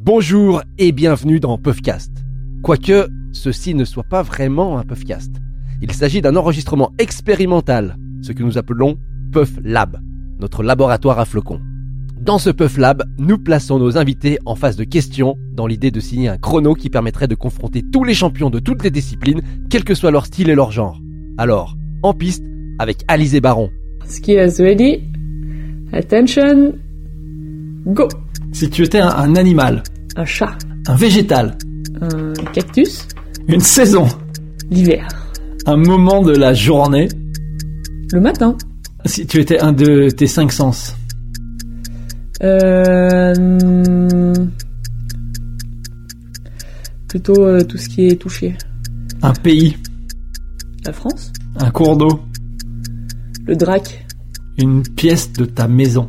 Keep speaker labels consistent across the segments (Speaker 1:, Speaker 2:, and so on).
Speaker 1: Bonjour et bienvenue dans Puffcast. Quoique ceci ne soit pas vraiment un Puffcast. Il s'agit d'un enregistrement expérimental, ce que nous appelons Puff Lab, notre laboratoire à flocons. Dans ce Puff Lab, nous plaçons nos invités en face de questions dans l'idée de signer un chrono qui permettrait de confronter tous les champions de toutes les disciplines, quel que soit leur style et leur genre. Alors, en piste avec Alizé Baron.
Speaker 2: Ski is ready. Attention. Go.
Speaker 3: Si tu étais un, un animal,
Speaker 2: Un chat.
Speaker 3: un végétal,
Speaker 2: Un cactus.
Speaker 3: une saison,
Speaker 2: L'hiver.
Speaker 3: un moment de la journée,
Speaker 2: Le matin.
Speaker 3: si tu étais un de tes cinq sens,
Speaker 2: Euh, hmm, Plutôt euh, tout ce qui est touché.
Speaker 3: un pays,
Speaker 2: La France.
Speaker 3: un cours d'eau,
Speaker 2: Le drac.
Speaker 3: une pièce de ta maison,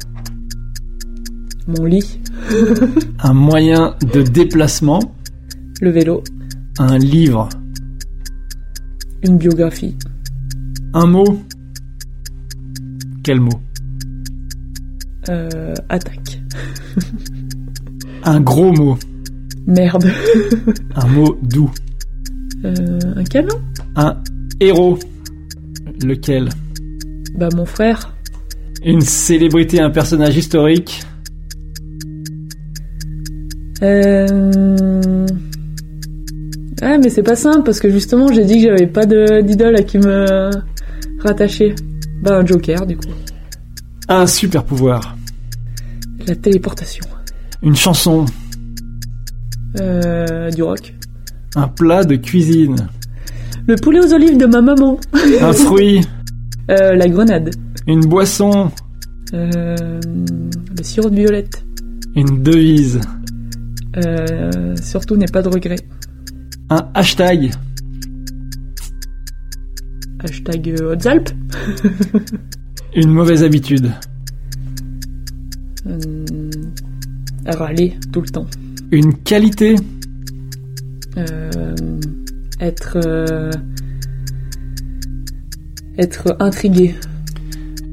Speaker 2: Mon lit.
Speaker 3: un moyen de déplacement,
Speaker 2: Le vélo.
Speaker 3: un livre,
Speaker 2: Une biographie.
Speaker 3: un mot. Quel mot
Speaker 2: Euh, attaque.
Speaker 3: Un gros mot,
Speaker 2: Merde.
Speaker 3: un mot doux,
Speaker 2: Euh, un câlin.
Speaker 3: un héros. Lequel
Speaker 2: Bah mon frère.
Speaker 3: Une célébrité, un personnage historique,
Speaker 2: Euh... Ah, mais c'est pas simple parce que justement j'ai dit que j'avais pas de- d'idole à qui me rattacher. Bah un Joker du coup.
Speaker 3: un super pouvoir,
Speaker 2: La téléportation.
Speaker 3: une chanson,
Speaker 2: Euh, du rock.
Speaker 3: un plat de cuisine,
Speaker 2: Le poulet aux olives de ma maman.
Speaker 3: un fruit.
Speaker 2: Euh, la grenade.
Speaker 3: Une boisson,
Speaker 2: Euh, le sirop de violette.
Speaker 3: une devise,
Speaker 2: Euh, surtout n'aie pas de regrets.
Speaker 3: un hashtag,
Speaker 2: Hashtag euh, Hautes-Alpes.
Speaker 3: une mauvaise habitude,
Speaker 2: Euh, râler tout le temps.
Speaker 3: une qualité,
Speaker 2: Euh, être euh, être intrigué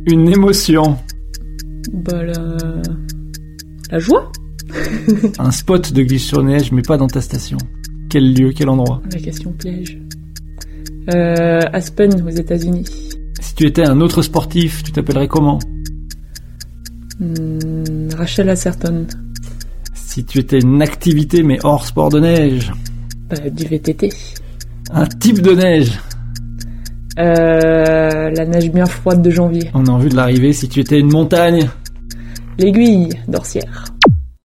Speaker 3: une émotion,
Speaker 2: bah la, la joie
Speaker 3: un spot de glisse sur neige, mais pas dans ta station. Quel lieu, quel endroit
Speaker 2: la question piège euh, Aspen aux États-Unis
Speaker 3: Si tu étais un autre sportif, tu t'appellerais comment
Speaker 2: Hmm, Rachel Asserton
Speaker 3: Si tu étais une activité, mais hors sport de neige,
Speaker 2: bah, du VTT
Speaker 3: un type de neige,
Speaker 2: Euh, la neige bien froide de janvier
Speaker 3: on a en vue de l'arrivée, si tu étais une montagne,
Speaker 2: l'aiguille d'orsière